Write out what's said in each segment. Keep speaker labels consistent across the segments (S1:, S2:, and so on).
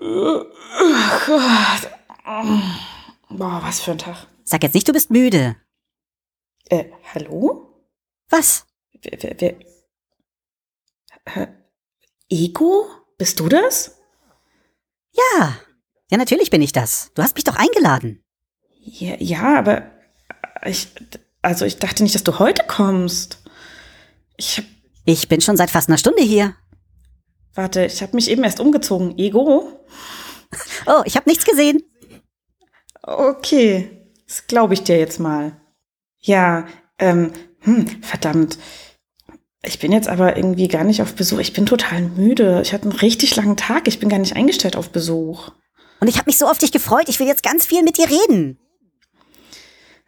S1: Ach Gott. Mm. Boah, was für ein Tag.
S2: Sag jetzt nicht, du bist müde.
S1: Äh, hallo?
S2: Was?
S1: Wer, wer, wer? Hä? Ego? Bist du das?
S2: Ja. Ja, natürlich bin ich das. Du hast mich doch eingeladen.
S1: Ja, ja aber ich, also ich dachte nicht, dass du heute kommst. Ich hab,
S2: Ich bin schon seit fast einer Stunde hier.
S1: warte, ich habe mich eben erst umgezogen. Ego?
S2: Oh, ich habe nichts gesehen.
S1: Okay, das glaube ich dir jetzt mal. Ja, ähm, hm, verdammt. Ich bin jetzt aber irgendwie gar nicht auf Besuch. Ich bin total müde. Ich hatte einen richtig langen Tag. Ich bin gar nicht eingestellt auf Besuch.
S2: Und ich habe mich so auf dich gefreut. Ich will jetzt ganz viel mit dir reden.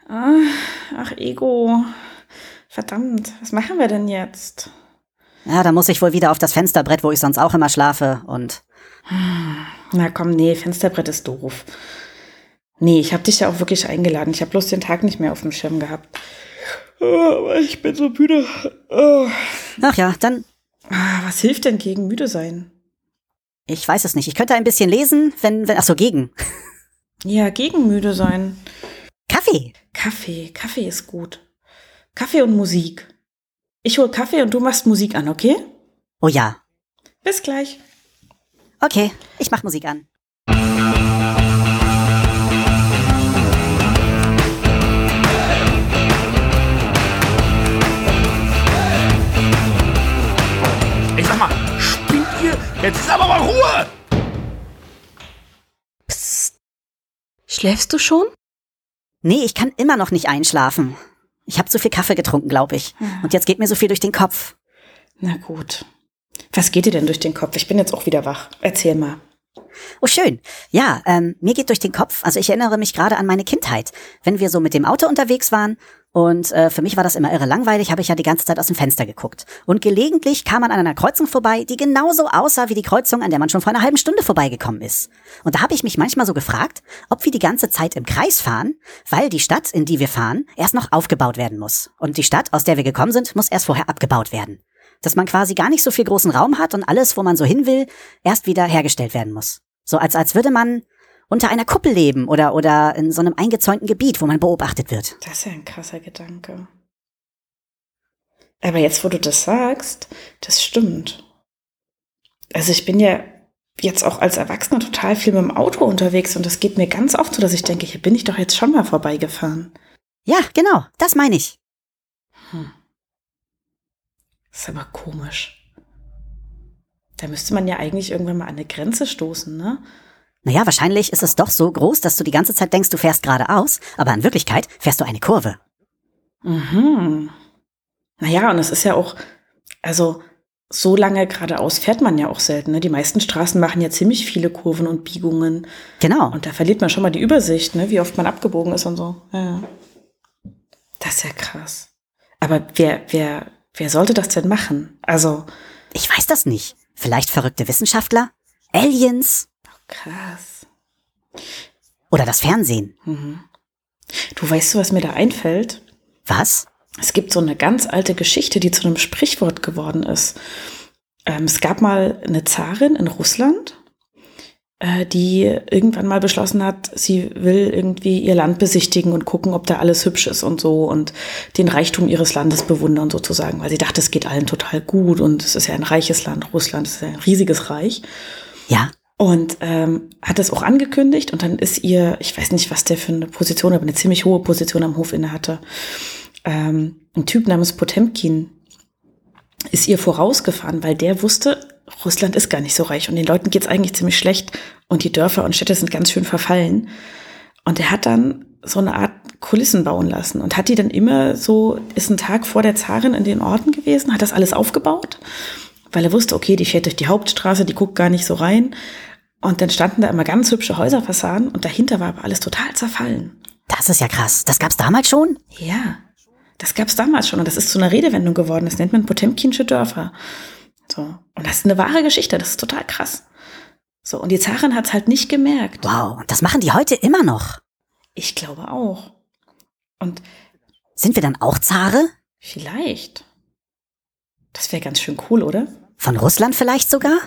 S1: Ah, ach, Ego. Verdammt, was machen wir denn jetzt?
S2: Ja, da muss ich wohl wieder auf das Fensterbrett, wo ich sonst auch immer schlafe. Und
S1: Na komm, nee, Fensterbrett ist doof. Nee, ich habe dich ja auch wirklich eingeladen. Ich habe bloß den Tag nicht mehr auf dem Schirm gehabt. Oh, ich bin so müde. Oh.
S2: ach ja, dann,
S1: Ah, was hilft denn gegen müde sein?
S2: ich weiß es nicht. Ich könnte ein bisschen lesen, wenn, wenn, ach so, gegen.
S1: Ja, gegen müde sein.
S2: Kaffee.
S1: Kaffee, Kaffee ist gut. Kaffee und Musik. Ich hol Kaffee und du machst Musik an, okay?
S2: Oh ja.
S1: Bis gleich.
S2: Okay, ich mach Musik an.
S3: Ich sag mal, spinnt ihr? Jetzt ist aber mal Ruhe!
S4: Schläfst du schon?
S2: Nee, ich kann immer noch nicht einschlafen. Ich habe zu viel Kaffee getrunken, glaube ich. Und jetzt geht mir so viel durch den Kopf.
S1: Na gut. Was geht dir denn durch den Kopf? Ich bin jetzt auch wieder wach. Erzähl mal.
S2: Oh, schön. Ja, ähm, mir geht durch den Kopf, also ich erinnere mich gerade an meine Kindheit. Wenn wir so mit dem Auto unterwegs waren und äh, für mich war das immer irre langweilig, habe ich ja die ganze Zeit aus dem Fenster geguckt. Und gelegentlich kam man an einer Kreuzung vorbei, die genauso aussah wie die Kreuzung, an der man schon vor einer halben Stunde vorbeigekommen ist. Und da habe ich mich manchmal so gefragt, ob wir die ganze Zeit im Kreis fahren, weil die Stadt, in die wir fahren, erst noch aufgebaut werden muss. Und die Stadt, aus der wir gekommen sind, muss erst vorher abgebaut werden. Dass man quasi gar nicht so viel großen Raum hat und alles, wo man so hin will, erst wieder hergestellt werden muss. So als, als würde man unter einer Kuppel leben oder, oder in so einem eingezäunten Gebiet, wo man beobachtet wird.
S1: Das ist ja ein krasser Gedanke. Aber jetzt, wo du das sagst, das stimmt. Also ich bin ja jetzt auch als Erwachsener total viel mit dem Auto unterwegs und das geht mir ganz oft so, dass ich denke, hier bin ich doch jetzt schon mal vorbeigefahren.
S2: Ja, genau, das meine ich.
S1: Das ist aber komisch. Da müsste man ja eigentlich irgendwann mal an eine Grenze stoßen, ne?
S2: Naja, wahrscheinlich ist es doch so groß, dass du die ganze Zeit denkst, du fährst geradeaus, aber in Wirklichkeit fährst du eine Kurve.
S1: Mhm. Naja, und es ist ja auch, also so lange geradeaus fährt man ja auch selten. Ne? Die meisten Straßen machen ja ziemlich viele Kurven und Biegungen.
S2: Genau.
S1: Und da verliert man schon mal die Übersicht, ne? wie oft man abgebogen ist und so. Ja, Ja. Das ist ja krass. Aber wer, wer, wer sollte das denn machen? Also,
S2: Ich weiß das nicht. Vielleicht verrückte Wissenschaftler? Aliens?
S1: krass.
S2: Oder das Fernsehen?
S1: Du weißt du, was mir da einfällt?
S2: Was?
S1: Es gibt so eine ganz alte Geschichte, die zu einem Sprichwort geworden ist. Ähm, es gab mal eine Zarin in Russland, äh, die irgendwann mal beschlossen hat, sie will irgendwie ihr Land besichtigen und gucken, ob da alles hübsch ist und so und den Reichtum ihres Landes bewundern sozusagen, weil sie dachte, es geht allen total gut und es ist ja ein reiches Land, Russland ist ja ein riesiges Reich.
S2: Ja.
S1: Und ähm, hat das auch angekündigt und dann ist ihr, ich weiß nicht, was der für eine Position, aber eine ziemlich hohe Position am Hof inne hatte. Ähm, ein Typ namens Potemkin ist ihr vorausgefahren, weil der wusste, Russland ist gar nicht so reich und den Leuten geht's eigentlich ziemlich schlecht und die Dörfer und Städte sind ganz schön verfallen. Und er hat dann so eine Art Kulissen bauen lassen und hat die dann immer so, ist ein Tag vor der Zarin in den Orten gewesen, hat das alles aufgebaut, weil er wusste, okay, die fährt durch die Hauptstraße, die guckt gar nicht so rein. Und dann standen da immer ganz hübsche Häuserfassaden und dahinter war aber alles total zerfallen.
S2: Das ist ja krass. Das gab's damals schon?
S1: Ja, das gab's damals schon und das ist zu einer Redewendung geworden. Das nennt man Potemkinsche Dörfer. So. Und das ist eine wahre Geschichte, das ist total krass. So, und die Zarin hat's halt nicht gemerkt.
S2: Wow. Und das machen die heute immer noch.
S1: Ich glaube auch. Und
S2: Sind wir dann auch Zare?
S1: vielleicht. Das wäre ganz schön cool, oder?
S2: Von Russland vielleicht sogar?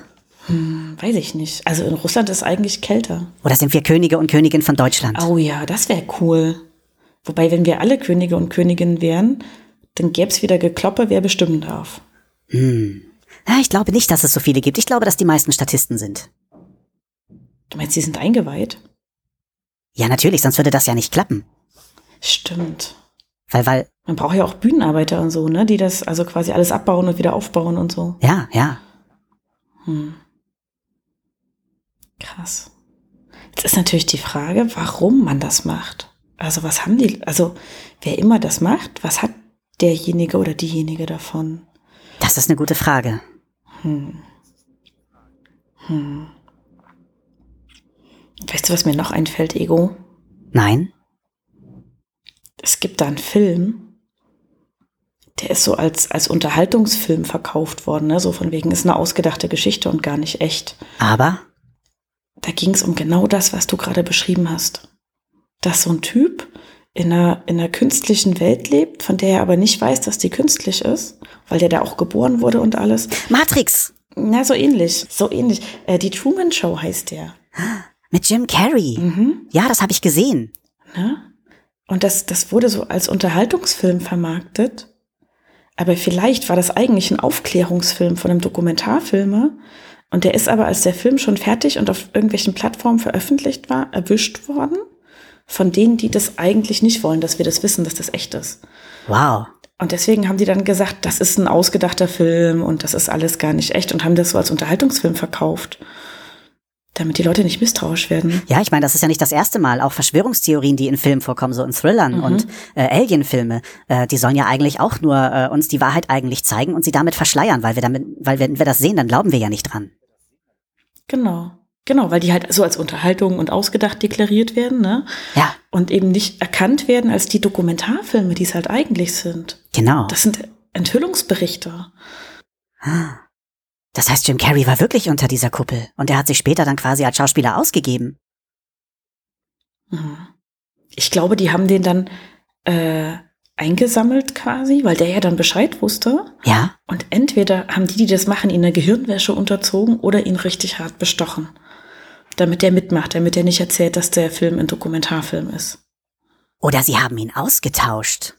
S1: Hm, weiß ich nicht. Also in Russland ist eigentlich kälter.
S2: Oder sind wir Könige und Königin von Deutschland?
S1: Oh ja, das wäre cool. Wobei, wenn wir alle Könige und Königinnen wären, dann gäbe es wieder Gekloppe, wer bestimmen darf.
S2: Ja, ich glaube nicht, dass es so viele gibt. Ich glaube, dass die meisten Statisten sind.
S1: Du meinst, die sind eingeweiht?
S2: Ja, natürlich, sonst würde das ja nicht klappen.
S1: Stimmt.
S2: Weil, weil,
S1: Man braucht ja auch Bühnenarbeiter und so, ne? Die das also quasi alles abbauen und wieder aufbauen und so.
S2: ja, ja.
S1: Krass. Jetzt ist natürlich die Frage, warum man das macht. Also was haben die, also wer immer das macht, was hat derjenige oder diejenige davon?
S2: Das ist eine gute Frage.
S1: Hm. Weißt du, was mir noch einfällt, Ego?
S2: Nein?
S1: Es gibt da einen Film, der ist so als, als Unterhaltungsfilm verkauft worden, ne? so von wegen ist eine ausgedachte Geschichte und gar nicht echt.
S2: Aber?
S1: Da ging es um genau das, was du gerade beschrieben hast. Dass so ein Typ in einer, in einer künstlichen Welt lebt, von der er aber nicht weiß, dass die künstlich ist, weil der da auch geboren wurde und alles.
S2: Matrix!
S1: Na, so ähnlich, so ähnlich. Äh, die Truman Show heißt der. Mhm.
S2: Mit Jim Carrey. Ja, das habe ich gesehen.
S1: Ne? Und das, das wurde so als Unterhaltungsfilm vermarktet. Aber vielleicht war das eigentlich ein Aufklärungsfilm von einem Dokumentarfilmer. Und der ist aber, als der Film schon fertig und auf irgendwelchen Plattformen veröffentlicht war, erwischt worden von denen, die das eigentlich nicht wollen, dass wir das wissen, dass das echt ist.
S2: Wow.
S1: Und deswegen haben die dann gesagt, das ist ein ausgedachter Film und das ist alles gar nicht echt und haben das so als Unterhaltungsfilm verkauft, damit die Leute nicht misstrauisch werden.
S2: Ja, ich meine, das ist ja nicht das erste Mal. Auch Verschwörungstheorien, die in Filmen vorkommen, so in Thrillern und äh, Alien-Filme, äh, die sollen ja eigentlich auch nur äh, uns die Wahrheit eigentlich zeigen und sie damit verschleiern, weil wir damit, weil wenn wir das sehen, dann glauben wir ja nicht dran.
S1: Genau. Genau, weil die halt so als Unterhaltung und ausgedacht deklariert werden, ne?
S2: Ja,
S1: Und eben nicht erkannt werden als die Dokumentarfilme, die es halt eigentlich sind.
S2: genau. Das,
S1: Das sind Enthüllungsberichte.
S2: heißt, Jim Carrey war wirklich unter dieser Kuppel und er hat sich später dann quasi als Schauspieler ausgegeben.
S1: Mhm. Ich glaube, die haben den dann äh, eingesammelt quasi, weil der ja dann Bescheid wusste.
S2: Ja,
S1: Und entweder haben die, die das machen, ihn einer Gehirnwäsche unterzogen oder ihn richtig hart bestochen. Damit der mitmacht, damit er nicht erzählt, dass der Film ein Dokumentarfilm ist.
S2: Oder sie haben ihn ausgetauscht.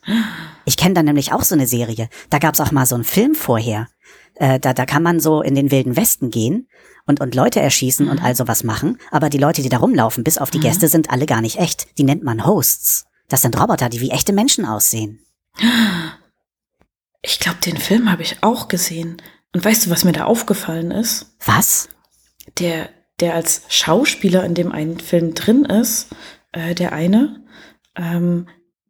S2: Ich kenne da nämlich auch so eine Serie. Da gab's auch mal so einen Film vorher. Äh, da, da kann man so in den wilden Westen gehen und, und Leute erschießen und all sowas machen. Aber die Leute, die da rumlaufen, bis auf die Gäste, sind alle gar nicht echt. Die nennt man Hosts. Das sind Roboter, die wie echte Menschen aussehen.
S1: Ich glaube, den Film habe ich auch gesehen. Und weißt du, was mir da aufgefallen ist?
S2: Was?
S1: der, der als Schauspieler in dem einen Film drin ist, äh, der eine, ähm,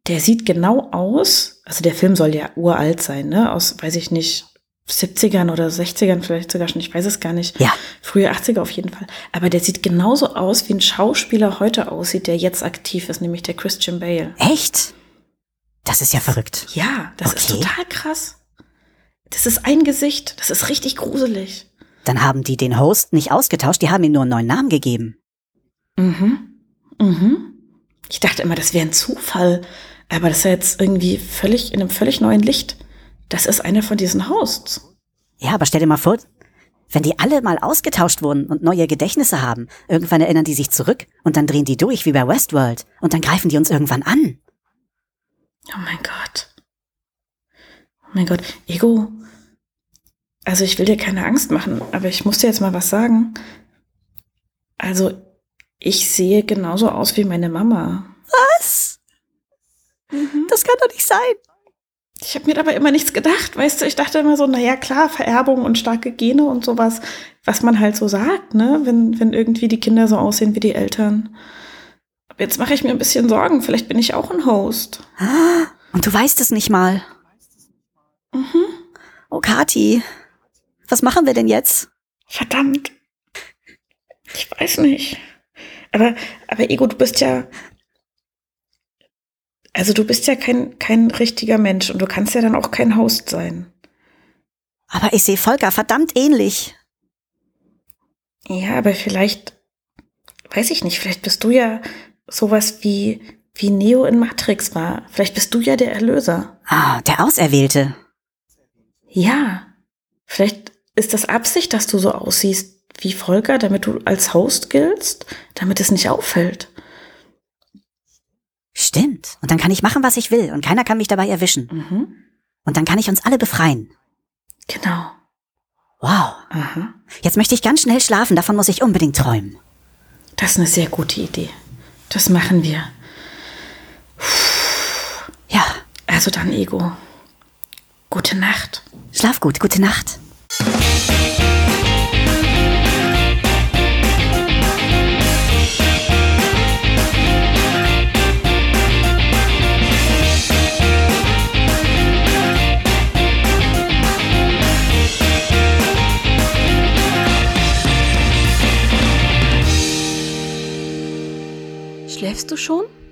S1: der sieht genau aus, also der Film soll ja uralt sein, ne? Aus, weiß ich nicht, 70ern oder 60ern vielleicht sogar schon, ich weiß es gar nicht.
S2: Ja.
S1: Frühe 80er auf jeden Fall. Aber der sieht genauso aus, wie ein Schauspieler heute aussieht, der jetzt aktiv ist, nämlich der Christian Bale.
S2: Echt? Das ist ja verrückt.
S1: Ja, das ist
S2: Okay.
S1: total krass. Das ist ein Gesicht, das ist richtig gruselig.
S2: Dann haben die den Host nicht ausgetauscht, die haben ihm nur einen neuen Namen gegeben.
S1: Mhm. Mhm. Ich dachte immer, das wäre ein Zufall, aber das ist ja jetzt irgendwie völlig in einem völlig neuen Licht. Das ist einer von diesen Hosts.
S2: Ja, aber stell dir mal vor, wenn die alle mal ausgetauscht wurden und neue Gedächtnisse haben, irgendwann erinnern die sich zurück und dann drehen die durch wie bei Westworld und dann greifen die uns irgendwann an.
S1: Oh mein Gott. Oh mein Gott. Ego. Also ich will dir keine Angst machen, aber ich muss dir jetzt mal was sagen. Also ich sehe genauso aus wie meine Mama.
S2: Was? Das kann doch nicht sein.
S1: Ich habe mir dabei immer nichts gedacht, weißt du, ich dachte immer so, naja, klar, Vererbung und starke Gene und sowas, was man halt so sagt, ne, wenn, wenn irgendwie die Kinder so aussehen wie die Eltern. Aber jetzt mache ich mir ein bisschen Sorgen, vielleicht bin ich auch ein Host.
S2: Und du weißt es nicht mal. Oh, Kati, was machen wir denn jetzt?
S1: Verdammt. Ich weiß nicht. Aber, aber Ego, du bist ja, also du bist ja kein, kein richtiger Mensch und du kannst ja dann auch kein Host sein.
S2: Aber ich sehe Volker verdammt ähnlich.
S1: Ja, aber vielleicht, weiß ich nicht, vielleicht bist du ja sowas wie, wie Neo in Matrix war. Vielleicht bist du ja der Erlöser.
S2: Ah, der Auserwählte.
S1: Ja. Vielleicht ist das Absicht, dass du so aussiehst wie Volker, damit du als Host giltst, damit es nicht auffällt.
S2: Stimmt. Und dann kann ich machen, was ich will und keiner kann mich dabei erwischen.
S1: Mhm.
S2: Und dann kann ich uns alle befreien.
S1: Genau.
S2: Wow.
S1: Aha.
S2: Jetzt möchte ich ganz schnell schlafen, davon muss ich unbedingt träumen.
S1: Das ist eine sehr gute Idee. Das machen wir.
S2: Ja.
S1: Also dann, Ego. Gute Nacht.
S2: Schlaf gut, gute Nacht.
S4: Schläfst du schon?